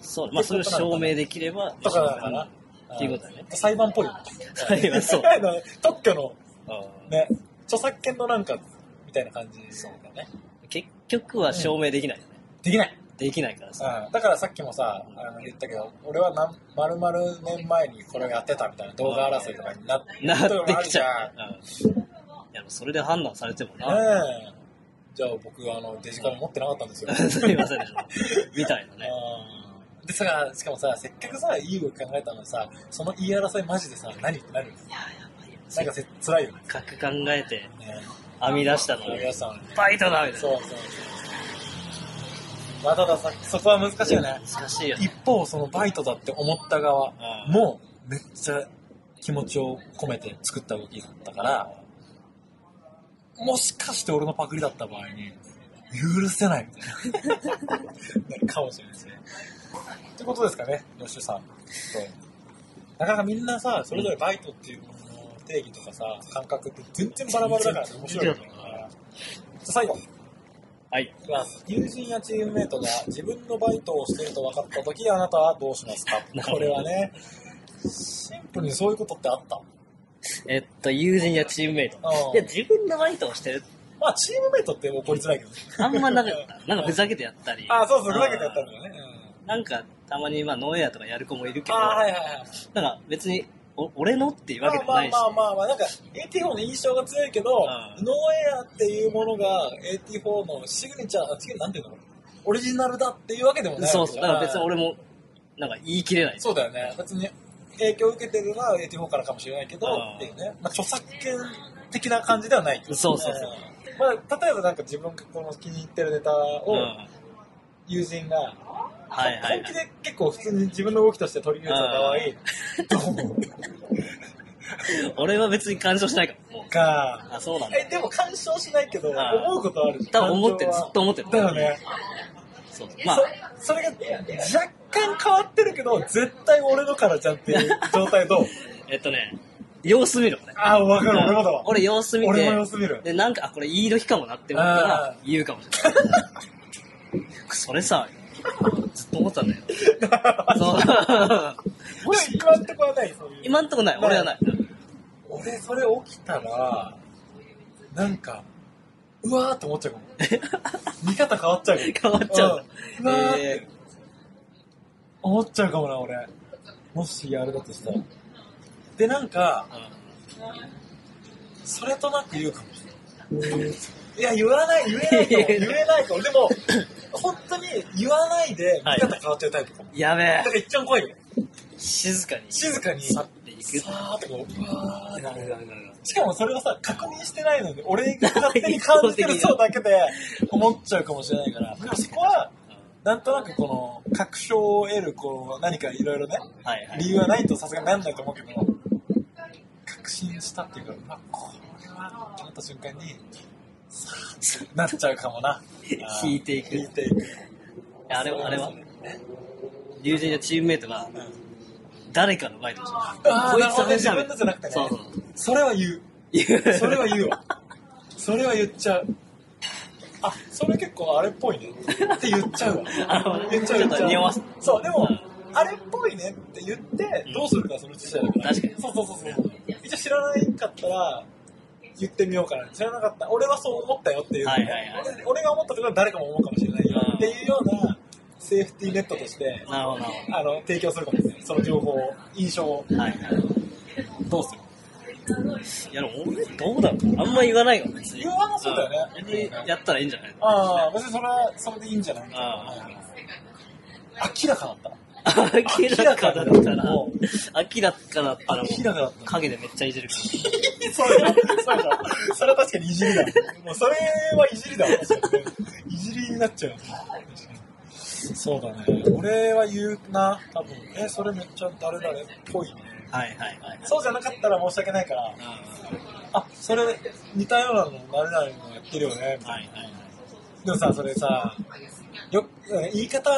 そう、まあそれを証明できれば、とかだから、っていうことだねうん裁判っぽいよね。はいまあ そう あの特許のうんね、著作権のなんか、みたいな感じそうだね。結局は証明できないよね。できないできないからさ。うんだからさっきもさ、あの言ったけど、俺はなん丸々年前にこれをやってたみたいな動画争いとかになってなところってもあるきちじゃゃう。うん。いや、それで判断されてもん。な。ねえじゃあ僕、あの、デジカル持ってなかったん ですよ。すいませんでした。みたいなね。うんでさ、しかもさ、せっかくさ、いい動き考えたのにさ、その言い争いマジでさ、何ってなるいや、やばいよ。なんかせ辛いよね。せっかく考えてね編み出したのに皆、さん。バイトだみたいそな。うそうそう。まあ、たださ、そこは難しいよね。難しいよね一。方、そのバイトだって思った側うんもめっちゃ気持ちを込めて作った動きだったから、もしかして俺のパクリだった場合に、許せないみたいな、なるかもしれないですね。ってことですかね、吉さん。なかなかみんなさ、それぞれバイトっていうものの定義とかさ、感覚って全然バラバラだからね面白いよ全ね。じ然ゃあ最後。はい。いきます友人やチームメイトが自分のバイトをしていると分かった時あなたはどうしますかなるほどこれはねシンプルにそういうことってあったえっと、友人やチームメイト。うんいや、自分のバイトをしてる。まあチームメイトって怒りづらいけどねあんまなかった。 なんかふざけてやったり。あそうそうふざけてやったんだよね、うんなんか、たまに、まあ、ノンエアとかやる子もいるけど、あなーはんいはいはいか別に、お俺のっていうわけでもまあないし、まあまあまあまあなんか AT4 の印象が強いけど、んノーエアっていうものが AT4 のシグネチャーあ違うなんていうのオリジナルだっていうわけでもないそうそう。だから別にはい俺も、なんか言い切れない。そうだよね。別に影響を受けてるのは AT4 からかもしれないけど、うんっていうね。まあ、著作権的な感じではないってことねそうそうそうまあ、例えばなんか自分がこの気に入ってるネタうん。をはい友人が、はいはい本気。で結構普通に自分の動きとして取り入れた場合、どう俺は別に干渉しないから、もう。か。あ、そうなんだ。え、でも干渉しないけど、ん思うことあるじゃん多分思ってる、ず感情はっと思ってる。だよね。そう。まあ、そそれが若干変わってるけど、絶対俺のからじゃんっていう状 態どうえっとね、様子見るもね。ああ、わかる、俺もだわ。俺様子見て、俺も様子見るで、なんか、あ、これいい時かもなって思ったあら、言うかもしれない。それさ、ずっと思ってた んだよ。そう。 もし今んとこはない、そういう。今んとこない、俺はない。 俺、それ起きたら、なんか、うわーって思っちゃうかも。見方変わっちゃうかも。変わっちゃう。んうわーって、え思っちゃうかもな、俺。もしあれだとしたら。で、なんか、ーうんそれとなく言うかもしれない。いや、言わない、言え ないかも。言えないかも。でも、本当に言わないで見方変わっちゃうタイプかも。やべえだか。ら一番怖いよ。静かに。静かに去っていく。さーっとこう、うわーってなるなるなるしかもそれをさ、確認してないので、俺 が勝手に感じてるそうだけで思っちゃうかもしれないから、でもそこは、なんとなくこの、確証を得る、こう、何かいろいろね、はいはい。理由はないとさすがになんないと思うけど、確信したっていうか、まあ、これはってなった瞬間に、なっちゃうかもな。 引いていく引いていく。あれは、あれはそう、ですね友人やチームメイトが、誰かのバイトでしょあーこいつダメじ自ゃん分のじゃなくてね。そうそうそれは言う。言うそれは言うわ。それは言っちゃう。あ、それ結構あれっぽいね。って言っちゃうわなるほど。ね言っちゃう言っちょっと匂わせそう、でもうん、あれっぽいねって言って、どうするかそのうち知らない。確かにそうそうそうそう。一応知らないかったら、言ってみようかな。知らなかった。俺はそう思ったよっていう。はいはいはい俺俺が思ったところは誰かも思うかもしれないようんっていうようなセーフティーネットとして、なるほど、なるあの、提供するかもしれない。その情報を、印象をほ。ど。はいはい。どうするいや、でも俺、どうだろう。あんま言わないよ、別に。言わなそうだよねうん別にやったらいいんじゃないああ、別にそれは、それでいいんじゃないあ明らかだった。明らかだったらも、明らかだったらも明らかだっう、た影でめっちゃいじるかそうだよ、そうだよ。それは確かにいじりだ。もうそれはいじりだわ。いじりになっちゃう。そうだね。俺は言うな、多分。え、それめっちゃ誰々っぽいね。ら。はいはいはい。そうじゃなかったら申し訳ないから、あ、それ似たようなの誰々のやってるよね。はいはいはい。でもさ、それさ、よ言い方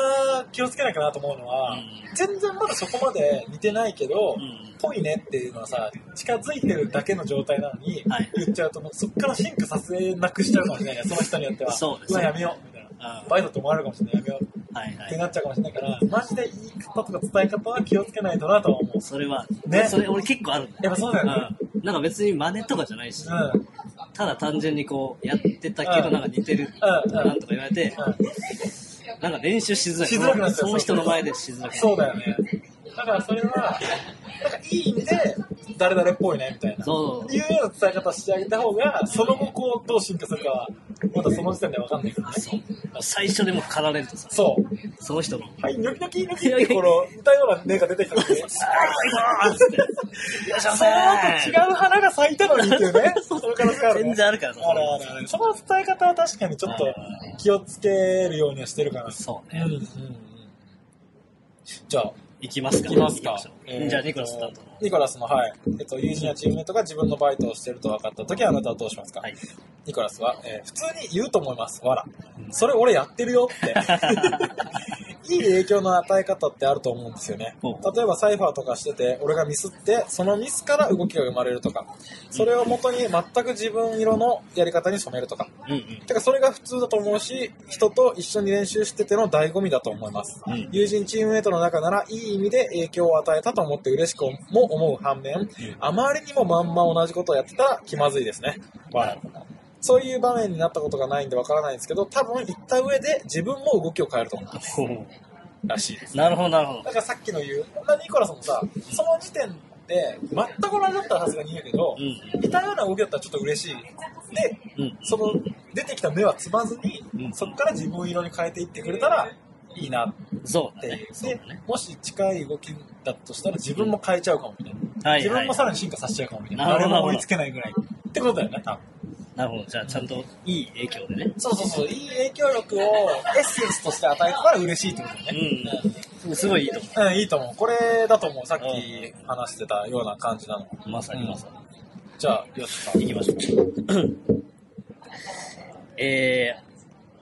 気をつけなきゃなと思うのは、うん全然まだそこまで似てないけど、うんぽいねっていうのはさ、近づいてるだけの状態なのに、はい言っちゃうと、もうそっから進化させなくしちゃうかもしれない ねその人によっては。そうですねわ、やめよう、みたいなう。んバイトって思われるかもしれない、やめようはいはってい。なっちゃうかもしれないから、マジで言い方とか伝え方は気をつけないとなとは思う。それは、ねそれ俺結構あるんだよ。やっぱそうだよね。うんなんか別に真似とかじゃないし、うん。うん。ただ単純にこう、やってたけどうんなんか似てる、うんなんとか言われて、なんか練習しづらい。しづらくなっちゃうその人の前でしづらくなるそうだよね。だからそれは、なんかいい意味で、誰々っぽいね、みたいな。そういうような伝え方してあげた方が、その後こう、どう進化するかは、まだその時点でわかんないからね。最初でも駆られるとさ、そう。その人 の、はい、ニョキニョキニョキって、この、似たような根が出てきた時に、よいしそょうと違う花が咲いたのにっていうね、その可能性ある、ね。全然あるからさあるあるあるその伝え方は確かにちょっと気をつけるようにはしてるかな。そううんね。うんうん。じゃあ、行きますか。いきますか行ましょう。じゃあ、ニコラスタート。ニコラスの、はい。えっと、友人やチームメイトが自分のバイトをしてると分かったとき、あなたはどうしますか、はい。ニコラスは、えー普通に言うと思います。わら。それ俺やってるよ って。いい影響の与え方ってあると思うんですよね。ほ例えばサイファーとかしてて、俺がミスって、そのミスから動きが生まれるとか、それを元に全く自分色のやり方に染めるとか。うんうん。てかそれが普通だと思うし、人と一緒に練習してての醍醐味だと思います。うん友人チームメイトの中ならいい意味で影響を与えたと思って嬉しくも思う反面、あまりにもまんま同じことをやってたら気まずいですね。はいそういう場面になったことがないんでわからないんですけど、多分行った上で自分も動きを変えると思うほうらしいです。なるほど、なるほどだ。からさっきの言う、こんなニコラさんもさ、その時点で全く同じだったらさすがに言うけどう、ん似たような動きだったらちょっと嬉しい。で、うん。その出てきた目はつまずに、うんそこから自分色に変えていってくれたらいいなそうっだて、ね。そうでだね。もし近い動きだとしたら自分も変えちゃうかもみたいな、はい自は分いも。さらに進化させちゃうかもみたいななる誰ほども追いつけないぐらいってことだよね多分なるほど。じゃあ、ちゃんといい影響でね。そうそうそういい影響力をエッセンスとして与えたら嬉しいってことだよねうん。すごいいいと思うん、いいと思うこれだと思うさっき話してたような感じなのう。まさにまさじゃあよしさんに。行きましょう。 え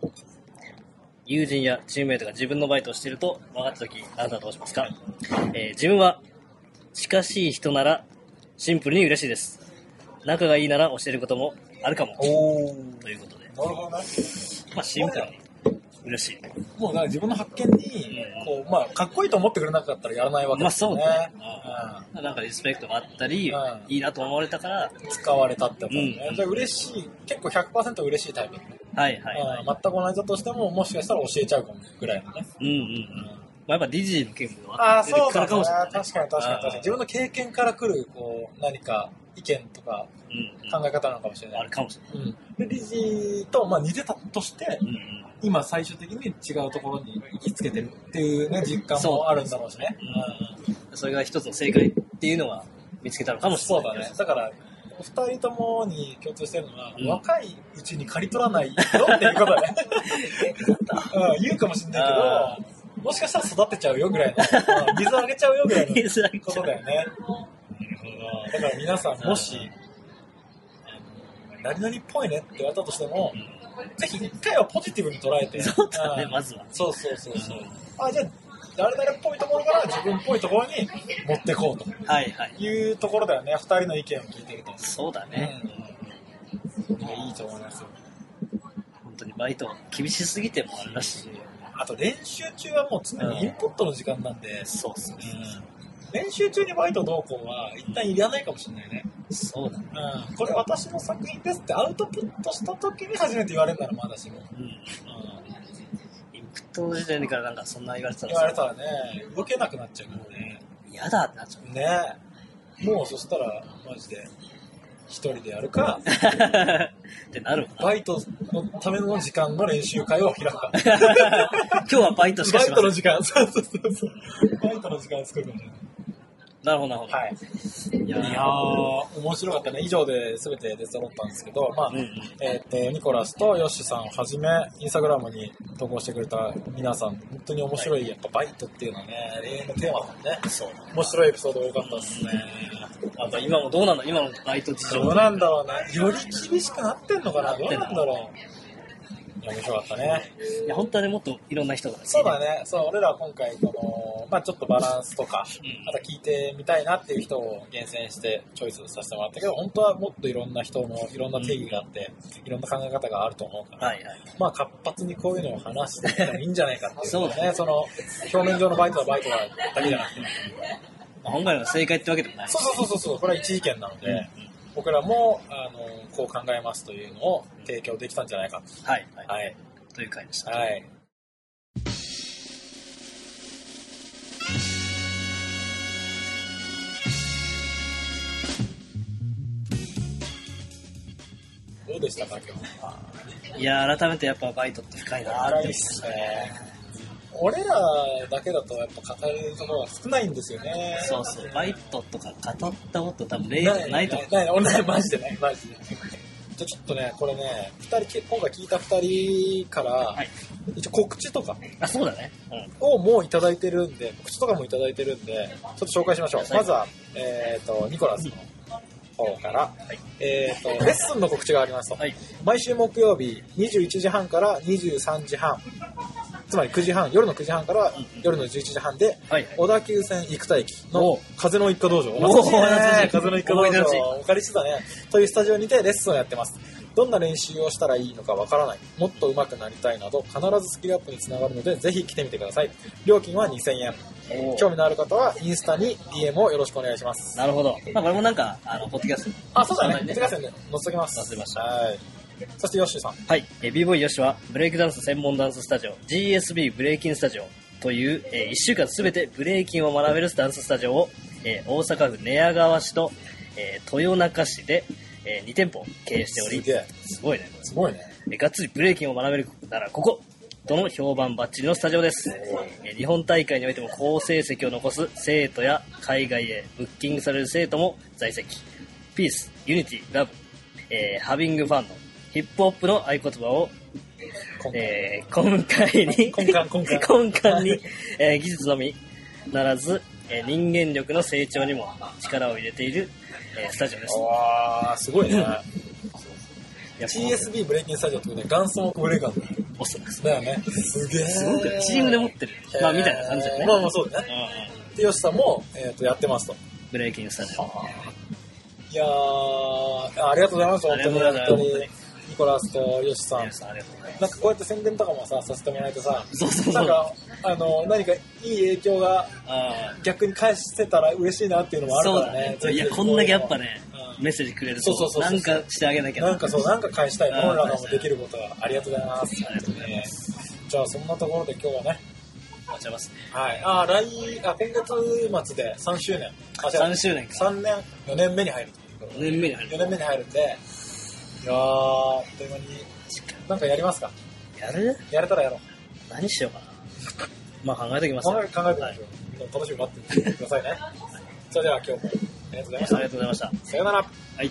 ー。友人やチームメイトが自分のバイトをしていると分かった時あなたはどうしますか、えー自分は近しい人ならシンプルに嬉しいです仲がいいなら教えることもあるかもおおということでなるほどねまあシンプルに嬉しいもうなんか自分の発見に、こう、まあ、かっこいいと思ってくれなかったらやらないわけまあですそうよね。だね、うんなんかリスペクトがあったり、うんいいなと思われたからうん使われたってことだね。うんじゃあ嬉しい、結構100%嬉しいタイプ、はいはいはい、うん全く同じだとしても、もしかしたら教えちゃうかもぐらいのね。うんうんうんまあ、やっぱディジーの件もああ、出てそうくかだらね。かもしれないね、確かに確かに確かに。自分の経験から来る、こう、何か意見とかうん考え方なのかもしれうん、あないる。かもしれない、うん。で、理事と、まあ似てたとしてう、んうん今最終的に違うところに行きつけてるっていうね、実感もあるんだろうしね。うんそれが一つの正解っていうのは見つけたのかもしれそなういだね。だから、お二人ともに共通してるのは、うん若いうちに刈り取らないよっていうことだ ね。うん、言うかもしれなあいけど、もしかしたら育てちゃうよぐら いの、うん水あげちゃうよぐらいの水あげちゃうことだよね。うんだから皆さん、もし、あの何々っぽいねって言われたとしても、うんぜひ一回はポジティブに捉えて。そうだねう、んまずは。そうそうそうそう。あ、じゃあ、誰々っぽいところから自分っぽいところに持ってこうとはいはい。いうところだよね。二人の意見を聞いてると。そうだね。いやいいと思いますよ。本当にバイト、厳しすぎてもあれだし。あと練習中はもう常にインプットの時間なんで、そうっすね。練習中にバイト同行は一旦いらないかもしれないね。そうだね。うん、これ私の作品ですってアウトプットした時に初めて言われるならまだしも。うん。うん、インプット時点からなんかそんな言われてた言われらたさ、らね、動けなくなっちゃうからね。嫌だってなっちゃう。ねえもうそしたらマジで一人でやるかってなるもんな。バイトのための時間の練習会を開くか今日はバイトしかバイしませトん。の時間そうそうそうそうバイトの時間を作るかもしれないなるほど、なるほど。はいいやーいやー面白かったね以上で全て出揃ったんですけどまあ、うんうんえー、とニコラスとヨッシーさんをはじめインスタグラムに投稿してくれた皆さん本当に面白い、やっぱバイトっていうのはね永遠のテーマだもんねそう。面白いエピソード多かったですね、あと今もどうなの今のバイト事どう情。なんだろうね。より厳しくなってんのかななどっうてんのなんだろう。いや、面白かったね。いや、本当はね、もっといろんな人が。そうだね。そう、俺らは今回、この、まあちょっとバランスとか、うんまた聞いてみたいなっていう人を厳選してチョイスさせてもらったけど、本当はもっといろんな人のいろんな定義があって、いろんな考え方があると思うから。はいはい。まあ活発にこういうのを話していったらいいんじゃないかっていう、そうだね。その、表面上のバイトはバイトだだけじゃなくて。まあ今回の正解ってわけでもない。そうそうそうそうそう、これは一意見なので、うん僕らもあのこう考えますというのを提供できたんじゃないかはいはい。と。はい。という回でした。はい。どうでしたか今日は。いやー、改めてやっぱバイトって深いなーって。すね。俺らだけだとやっぱ語れるところが少ないんですよね。そうそう、バイトとか語ったこと多分例がないと思う。ない、ないないマジでない、マジで。じゃあちょっとね、これね、二人、今回聞いた二人から、はい。一応告知とかあ、そうだね。うん。をもういただいてるんで、告知とかもいただいてるんで、ちょっと紹介しましょう。まずは、えっ、と、ニコラスの方から、えっ、と、レッスンの告知がありますと。はい。毎週木曜日21時半から23時半、つまり9時半、夜の9時半から夜の11時半で、はい。小田急線生田駅おのう風の一家道場。おう懐かしい風の一家道思い出の地場をお借りしてたね。というスタジオにてレッスンをやってます。どんな練習をしたらいいのかわからない。もっと上手くなりたいなど、必ずスキルアップにつながるので、ぜひ来てみてください。料金は2000円。お興味のある方は、インスタに DM をよろしくお願いします。なるほど。まあ、これもなんか、あの、ポッドキャスト。あ、そうだね。ね見てくださいね。載せときます。載せましたはい。そして、ヨッシーさん。はい。えー B-Boy よしは、ブレイクダンス専門ダンススタジオ、GSB ブレイキンスタジオという、え1週間すべてブレイキンを学べるダンススタジオを、えー大阪府寝屋川市と、えー豊中市で、え2店舗経営しており、すげえすごいね、これすごいね。えーがっつりブレイキンを学べるならこことの評判バッチリのスタジオです、えー日本大会においても好成績を残す生徒や海外へブッキングされる生徒も在籍ピースユニティラブ、えーハビングファンのヒップホップの合言葉を、今回えー 今回に根幹根幹根幹に、えー技術のみならず、えー人間力の成長にも力を入れている、えースタジオですわー、すごいいね。や TSB ブレイキンスタジオってことで、元祖木ブレイカーだねおそらくそだよね。すげえ。うすごくないチームで持ってるまあみたいな感じだよね、まあまあそうだね。うんうんで、ヨシさんも、えっ、と、やってますと。ブレイキンスタジオ。いやー、ありがとうございます、本当に。ありがとうございます本当にニコラスとヨシさん皆。さんありがとうございまなんかこうやって宣伝とかもさ、させてもらえてさ、す。そうそうそな。うんか、あの、何かいい影響があ逆に返してたら嬉しいなっていうのもああるそうからだねね。。いや、こんだけやっぱね、うんメッセージくれるそうそうと、そうそなうんかしてあげなきゃなんかそう、なんか返したい。うん本らのもできることは、ありがとうございます。ありがとうございますねじゃあ、そんなところで今日はね、待ちますね。はい。あ、来、あ、今月末で3周年。あ、 3周年か。 3年、4年目に入るということで4年目に入4る。年目に入るんで、いやー、あっという間に、なんかやりますかやるやれたらやろう。何しよう かな。まあ考えときます考よ。え考えてみましょう。楽しみに待っててくださいね。それでは今日もありがとうございましありがとうございました。た。さようなら。はい。